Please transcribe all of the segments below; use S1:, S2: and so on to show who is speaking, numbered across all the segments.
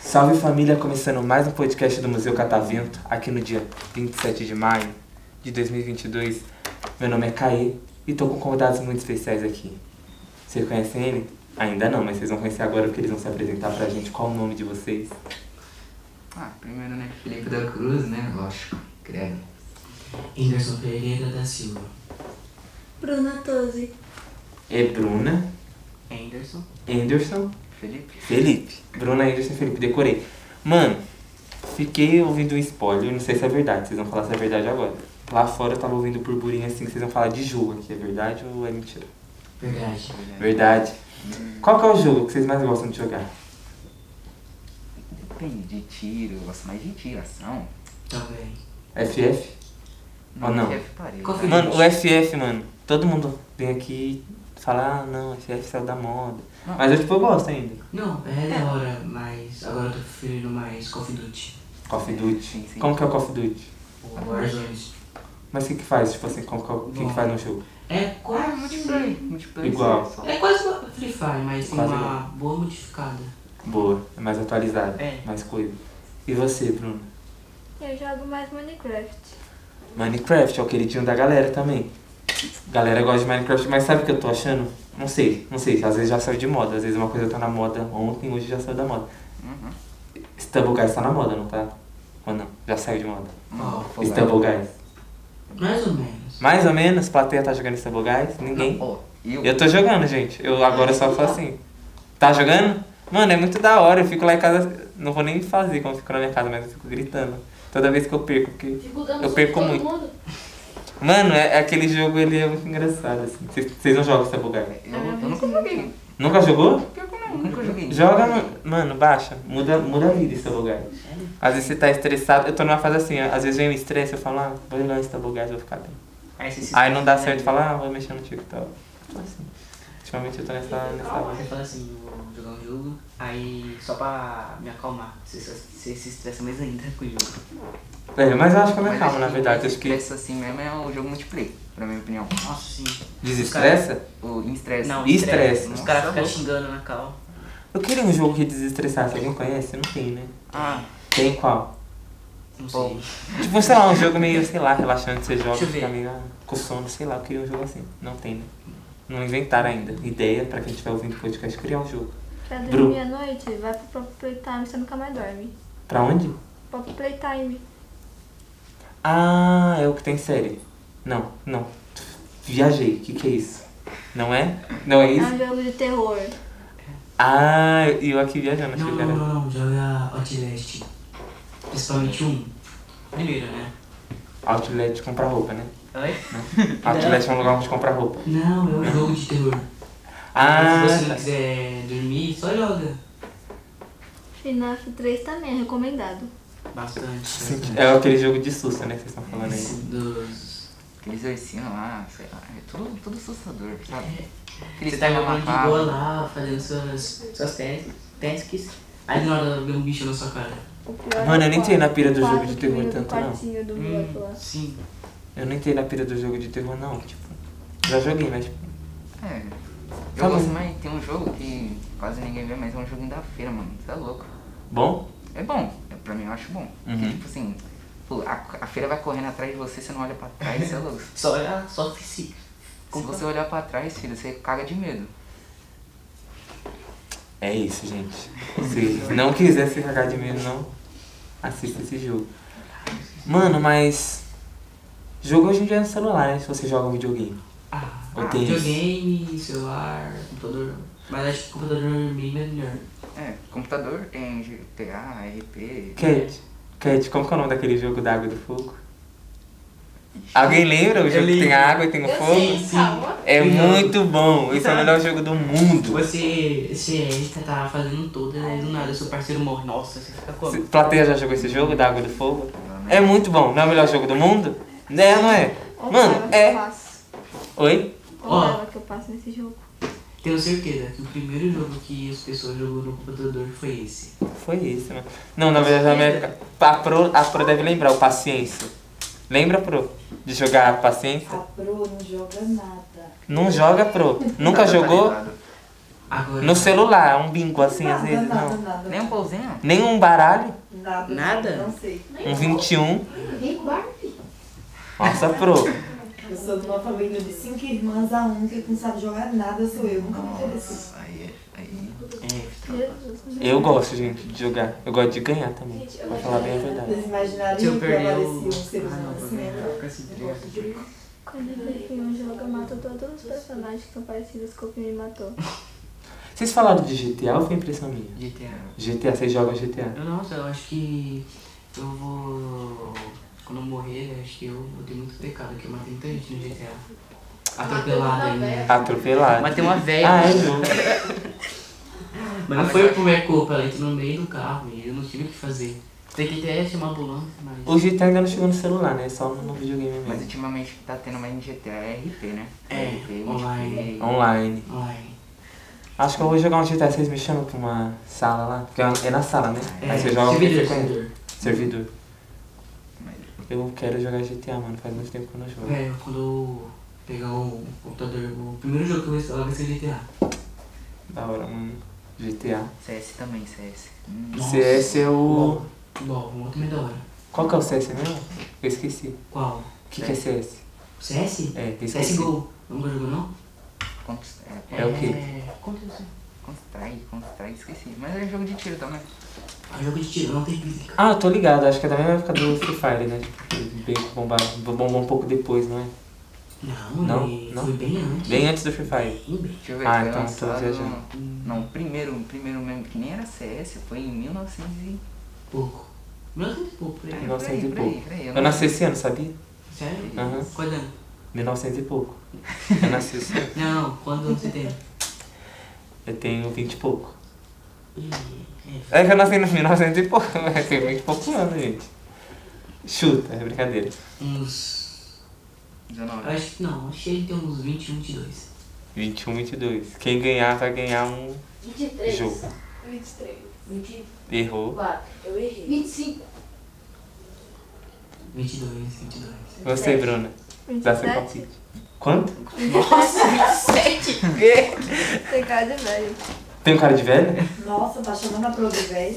S1: Salve família, começando mais um podcast do Museu Catavento, aqui no dia 27 de maio de 2022. Meu nome é Caê e tô com convidados muito especiais aqui. Vocês conhecem ele? Ainda não, mas vocês vão conhecer agora porque eles vão se apresentar pra gente. Qual o nome de vocês?
S2: Ah, primeiro, né? Felipe da Cruz, né? Lógico, credo.
S3: Anderson Pereira da Silva.
S4: Bruna Tozzi.
S1: É Bruna,
S3: É
S2: Anderson.
S1: Anderson,
S2: Felipe.
S1: Felipe. Bruna, Anderson e Felipe, decorei. Mano, fiquei ouvindo um spoiler, não sei se é verdade, vocês vão falar se é verdade agora. Lá fora eu tava ouvindo burburinho assim, que vocês vão falar de jogo aqui, é verdade ou é mentira?
S3: Verdade.
S2: É
S1: Verdade. Qual que é o jogo que vocês mais gostam de jogar?
S2: Depende de tiro, eu gosto mais de tiro, ação.
S3: Também.
S1: FF? Ou Ah, não?
S2: chefe, parei.
S3: Qual foi?
S1: Mano, o FF, mano, todo mundo vem aqui falar, ah, não, FF saiu da moda.
S2: Não.
S1: Mas eu, tipo, eu gosto ainda.
S3: Não, é da hora, mas agora eu tô preferindo mais Call of Duty.
S1: Call of
S2: Sim,
S1: Duty.
S2: sim.
S1: Como que é o Call of Duty?
S3: O Warzone.
S1: Mas o que que faz? Tipo assim, como que é o o que, que faz no jogo?
S3: É
S2: Ah,
S3: quase.
S2: multiplayer. Multiplayer.
S1: Igual.
S2: só.
S3: É quase uma Free Fire, mas tem
S1: Quase
S3: uma boa modificada.
S1: Boa, é mais atualizado,
S2: É.
S1: mais coisa. E você, Bruno?
S4: Eu jogo mais Minecraft.
S1: Minecraft é o queridinho da galera também. Galera gosta de Minecraft, mas sabe o que eu tô achando? Não sei, não sei. Às vezes já saiu de moda, às vezes uma coisa tá na moda ontem, hoje já saiu da moda.
S2: Uhum.
S1: Stumble Guys tá na moda, não tá? Ou não? Já saiu de moda.
S2: Não,
S3: Ó,
S2: foi
S1: Stumble Guys.
S3: Mais ou menos.
S1: Mais ou menos, plateia tá jogando Stumble Guys? Ninguém.
S2: Não, ó, eu,
S1: Eu tô jogando, gente. Eu agora só falo assim. Tá jogando? Mano, é muito da hora. Eu fico lá em casa. Não vou nem fazer como eu fico na minha casa, mas eu fico gritando. Toda vez que eu perco, porque.
S5: Fico dando
S1: Eu
S5: soco em
S1: perco
S5: todo
S1: muito.
S5: mundo.
S1: Mano, é, é aquele jogo ele é muito engraçado, assim. Vocês- Vocês não jogam Stumble Guys?
S2: eu, eu nunca joguei.
S1: Nunca jogou?
S2: Pior que não, nunca joguei.
S1: Joga, ma- mano, baixa. Muda, muda a vida esse lugar. Às vezes você tá estressado. Eu tô numa fase assim, ó, às vezes vem um estresse, eu falo, ah, vou ir lá nesse lugar, vou ficar bem.
S2: Aí, você se-
S1: Aí não dá certo, fala, ah, vou mexer no TikTok. Tô assim. Ultimamente eu tô nessa, nessa vibe.
S3: Você fala assim, vou jogar um jogo, aí só pra me acalmar. Você, você se estressa mais ainda com o jogo.
S1: É, mas eu acho que eu me
S2: Mas
S1: acalmo,
S2: acho
S1: na
S2: que
S1: verdade.
S2: quem
S1: Acho que
S2: estressa assim mesmo é o jogo multiplayer, pra minha opinião.
S3: Nossa, sim.
S1: desestressa.
S2: O em estresse.
S3: Não,
S1: Estresse.
S3: Os
S2: Nossa,
S3: caras ficam
S2: louco.
S3: xingando na cal.
S1: Eu queria um jogo que desestressasse. Alguém conhece? Não tem, né?
S2: Ah,
S1: Tem qual?
S3: Não
S2: Bom.
S3: sei.
S1: Tipo, sei lá, um jogo meio, sei lá, relaxante, você joga,
S3: Deixa eu
S1: fica
S3: ver.
S1: meio ah, com sono, sei lá, eu queria um jogo assim. Não tem, né? Não inventaram ainda. Ideia pra quem estiver ouvindo o podcast, criar um jogo.
S4: Pra
S1: Bru.
S4: dormir à noite, vai pro Pop Playtime, você nunca mais dorme.
S1: Pra onde?
S4: Pop Playtime.
S1: Ah, é o que tem série. Não, não. Viajei. O que, que é isso? Não é? Não é
S4: É
S1: isso?
S4: um jogo de terror.
S1: Ah, e eu aqui viajando, achei
S3: Não,
S1: que
S3: não,
S1: era.
S3: não, não, joga Outlast. Principalmente um. Primeiro, né?
S1: Outlet comprar roupa, né?
S3: Oi?
S1: Outlet é um lugar onde comprar roupa.
S3: Não, é um jogo de terror.
S1: Ah,
S3: Se você não
S1: tá.
S3: quiser dormir, só joga.
S4: FNAF 3 também é recomendado.
S3: Bastante.
S1: Senti-
S3: bastante.
S1: é aquele jogo de susto, né? Que vocês estão falando aí.
S3: Esse Dos...
S2: aqueles ursinhos lá, sei lá, é tudo, tudo assustador, sabe? Aqueles
S3: Você tá
S2: pegam
S3: jogando de
S2: faca.
S3: boa lá, fazendo suas, suas tasks, tasks. Aí na hora vê um bicho na sua cara.
S4: O pior
S1: Mano,
S4: é
S1: eu
S4: o
S1: nem entrei na
S4: quarto.
S1: pira do jogo
S4: Quarto
S1: de
S4: que
S1: terror
S4: vem do
S1: tanto, não. Hum.
S4: quartinho do bloco lá.
S3: Hum, Sim.
S1: Eu não entrei na pira do jogo de terror, não. Tipo, já joguei, mas. tipo,
S2: É.
S1: Tá
S2: Eu
S1: bom.
S2: gosto mais, tem um jogo que quase ninguém vê, mas é um joguinho da feira, mano. Tá louco.
S1: Bom?
S2: É bom, é, pra mim eu acho bom. Porque,
S1: Uhum.
S2: tipo assim, pô, a, a feira vai correndo atrás de você, você não olha pra trás, você é louco. Se
S3: Só olha, só se.
S2: você olhar pra trás, filho, você caga de medo.
S1: É isso, gente. Se não quiser se cagar de medo, não assista esse jogo. Mano, mas. Jogo hoje em dia é no celular, né? Se você joga um videogame.
S3: Ah,
S1: Ou
S3: ah,
S1: tem
S3: videogame, celular, computador. Mas acho que computador mínimo é melhor.
S2: É, computador tem GTA, RP.
S1: Cat, Cat, como que é o nome daquele jogo da água e do fogo? Alguém lembra? O jogo que tem a água e tem o
S5: Eu
S1: fogo?
S5: sei, calma.
S1: É
S3: Sim.
S1: muito bom. Esse é o melhor jogo do
S3: Tipo,
S1: mundo.
S3: Você, você, você tá fazendo tudo, né? Do nada, seu parceiro morre. Nossa, você fica como?
S1: Cê- Plateia já jogou esse jogo da água e do fogo? É muito bom. Não é o melhor jogo do mundo? Né, não é?
S4: Olha
S1: Mano,
S4: que eu
S1: é.
S4: passo.
S1: Oi?
S3: Ó.
S4: Olha que eu passo nesse jogo.
S3: Tenho certeza que o primeiro jogo que as pessoas jogou no computador foi esse.
S1: né? Foi isso, mano. Não, na verdade, a, minha... a, pro... a pro deve lembrar, o Paciência. Lembra, Pro? De jogar a paciência?
S5: A Pro Tá não joga nada.
S1: Não joga, Pro. Nunca
S2: Nada tá
S1: jogou
S2: ligado. Agora.
S1: no celular, um bingo assim, às
S5: nada,
S1: vezes,
S5: nada,
S1: não.
S5: nada,
S2: Nem um pauzinho?
S1: Nem um baralho,
S5: nada.
S2: Nada?
S5: Não sei.
S1: um 21.
S5: Nem Barbie.
S1: Nossa, Pro.
S5: Eu sou de uma família de cinco irmãs, a única que não sabe jogar nada sou eu. Nunca me interessei.
S2: Aí, aí.
S4: Jesus.
S1: Eu gosto, gente, de jogar. Eu gosto de ganhar também. Pra falar bem a verdade.
S5: Vocês imaginariam
S2: eu
S5: que
S2: perder
S5: aparecia
S2: o.
S5: um
S1: Ah,
S5: ser humano assim, né?
S4: Quando o Perfil joga, mata um todos os personagens que são parecidos com o que me matou.
S1: Vocês falaram de GTA ou foi impressão minha?
S2: GTA.
S1: GTA, vocês jogam GTA?
S3: Eu, nossa, eu acho que eu vou. Quando eu morrer, eu acho que eu vou ter muito pecado, que é eu matei muita né, gente no GTA.
S5: Ah,
S3: Atropelado ainda.
S1: Atropelado.
S3: Matei uma velha. Ah,
S1: Ah, é jogo.
S3: Mas não foi por minha culpa, ela entrou no meio do carro e eu não tive o que fazer. Tentei até chamar a ambulância, mas.
S1: O GTA ainda não chegou no celular, né? Só no videogame
S2: Mas
S1: mesmo.
S2: ultimamente o que tá tendo mais em GTA é RP, né?
S3: É,
S2: RP,
S3: online.
S2: multiplayer.
S1: Online.
S3: Ai.
S1: Acho que eu vou jogar um GTA 6 me chamam pra uma sala lá. Porque é na sala, né?
S3: É,
S1: Aí você joga com
S3: servidor,
S1: frequência.
S3: servidor.
S1: Servidor. Eu quero jogar GTA, mano. Faz muito tempo que eu não jogo.
S3: Velho, quando É, eu pegar o computador, o primeiro jogo que eu vou instalar vai ser GTA.
S1: Da hora, um mano. GTA.
S2: CS também, Hum, CS.
S3: Nossa.
S1: CS é o.
S3: Bom, bom, um outro meio da hora.
S1: Qual que é o CS mesmo? Eu esqueci. O
S3: Qual?
S1: que, que é CS?
S3: CS?
S1: É, eu esqueci.
S3: CSGO. Nunca jogou não?
S1: É o quê?
S3: Conta isso.
S2: Constrai, constrai, esqueci. Mas é jogo de tiro também.
S3: É um jogo de tiro, não tem física.
S1: Ah, eu tô ligado. Acho que é da mesma época do Free Fire, né? Tipo, veio bombar, bombou um pouco depois, não é?
S3: Não,
S1: Não,
S3: ele
S1: não.
S3: foi bem antes.
S1: Bem antes do Free Fire.
S3: Bem, bem.
S2: Deixa eu ver,
S1: Ah,
S2: foi
S1: então tô
S2: lançado...
S1: viajando.
S2: Não, o primeiro, o primeiro mesmo, que nem era CS, foi em 1900 e...
S3: Pouco. Menos de pouco, por
S2: É,
S3: exemplo.
S1: 1900 e
S2: por aí, por aí,
S1: pouco.
S2: por aí, eu
S1: Eu
S2: não-
S1: nasci esse ano, sabia?
S3: Sério?
S1: É. Aham.
S3: Quando? ano?
S1: 1900 e pouco. Eu nasci esse ano.
S3: Não, não. Quando você tem?
S1: Eu tenho 20 e pouco.
S3: Ih, é.
S1: É que eu nasci no 1900 e pouco, mas tem 20 e poucos anos, gente. Chuta, é brincadeira.
S3: Uns.
S2: 19.
S3: Eu acho que não, acho que ele tem uns 21, 22.
S1: 21, 22. Quem ganhar vai ganhar um
S6: 23.
S1: jogo.
S6: 23. 24.
S1: Errou.
S6: Eu errei. 25.
S3: 22, 22.
S1: Você, Bruna. Dá seu
S4: 27?
S1: palpite. Quanto?
S4: Tem cara de é velho.
S1: Tem um cara de velho?
S5: Nossa, tá chamando a Pro de velho.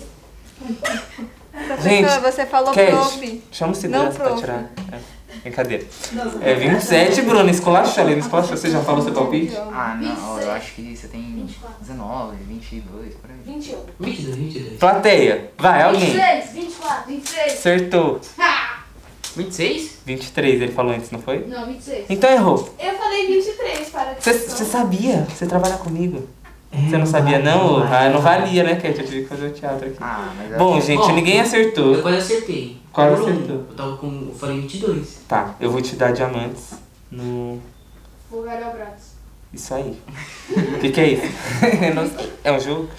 S1: Gente,
S4: você falou
S1: Cash, é chama o segurança
S4: Não,
S1: pra
S4: prof.
S1: tirar. É, brincadeira.
S5: Nossa, tá
S1: É 27, Bruno. Escolacha, ele não escolacha. Você já falou seu palpite?
S2: Ah, não, eu
S6: 26.
S2: acho que você tem
S6: 24.
S2: 19, 22, por aí.
S6: 21.
S3: 22, 22.
S1: Plateia. Vai, alguém.
S6: 26, 24, 23.
S1: Acertou.
S3: 26?
S1: 23, ele falou antes, não foi?
S6: Não, 26.
S1: Então errou.
S6: Eu falei 23 para
S1: Você você sabia? Você trabalha comigo.
S3: É,
S1: Você não sabia, não? Ah, não valia, né, Cat? Eu tive que fazer o teatro aqui.
S2: Ah, mas... eu
S1: Bom,
S2: acho-
S1: gente,
S3: Bom,
S1: ninguém acertou.
S3: Eu quase acertei.
S1: Quase
S3: Por um.
S1: acertou.
S3: Eu tava com. Eu falei 22.
S1: Tá, eu vou te dar diamantes no.
S6: Vou ganhar o braço.
S1: Isso aí. O que, que é isso? Eu não sei. é um jogo?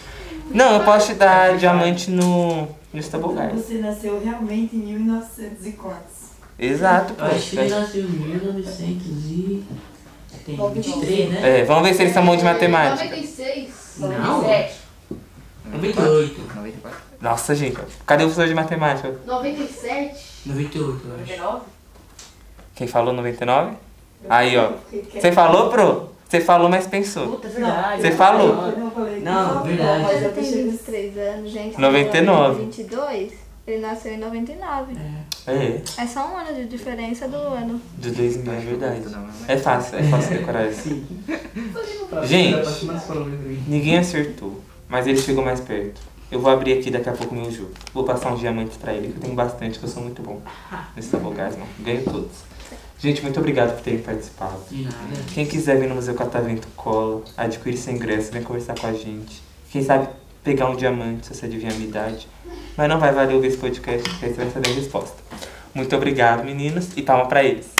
S1: Não, eu posso te dar diamante no. no Stabogard.
S5: Você nasceu realmente em 1900 e quantos?
S1: Exato,
S3: Eu acho que ele
S1: pô.
S3: nasceu em 1900 e. Tem 23, né?
S1: É, vamos ver se eles são bons de matemática.
S6: 96.
S3: Não.
S6: 97.
S1: é
S3: 98.
S2: 94.
S1: Nossa, gente, cadê o professor de matemática?
S6: 97.
S3: 98, eu acho.
S6: 99.
S1: Quem falou 99? Aí, ó.
S5: Porque quer-
S1: Você falou, pro? Você falou, mas pensou.
S3: Puta,
S5: verdade.
S1: Você falou.
S5: Eu não falei.
S3: Não,
S5: Não,
S3: verdade.
S5: mas
S4: Você
S5: eu
S4: tem
S5: deixei
S4: 23 anos, gente.
S1: 99.
S4: 22, ele nasceu em 99.
S1: É,
S4: É só um ano de diferença do ano.
S1: de 2000, é verdade.
S2: Não, mas-
S1: É fácil, é fácil decorar isso. Gente, ninguém acertou, mas ele chegou mais perto. Eu vou abrir aqui daqui a pouco meu jogo. Vou passar uns diamantes pra ele, que eu tenho bastante, que eu sou muito bom nesse Stabogard, mano. Ganho todos. Gente, muito obrigado por terem participado.
S3: De nada.
S1: Quem quiser vir no Museu Catavento, cola, adquire seu ingresso, vem conversar com a gente. Quem sabe pegar um diamante, se você adivinha a minha idade. Mas não vai valer ouvir esse podcast, porque aí você vai saber a resposta. Muito obrigado, meninos, e palma pra eles.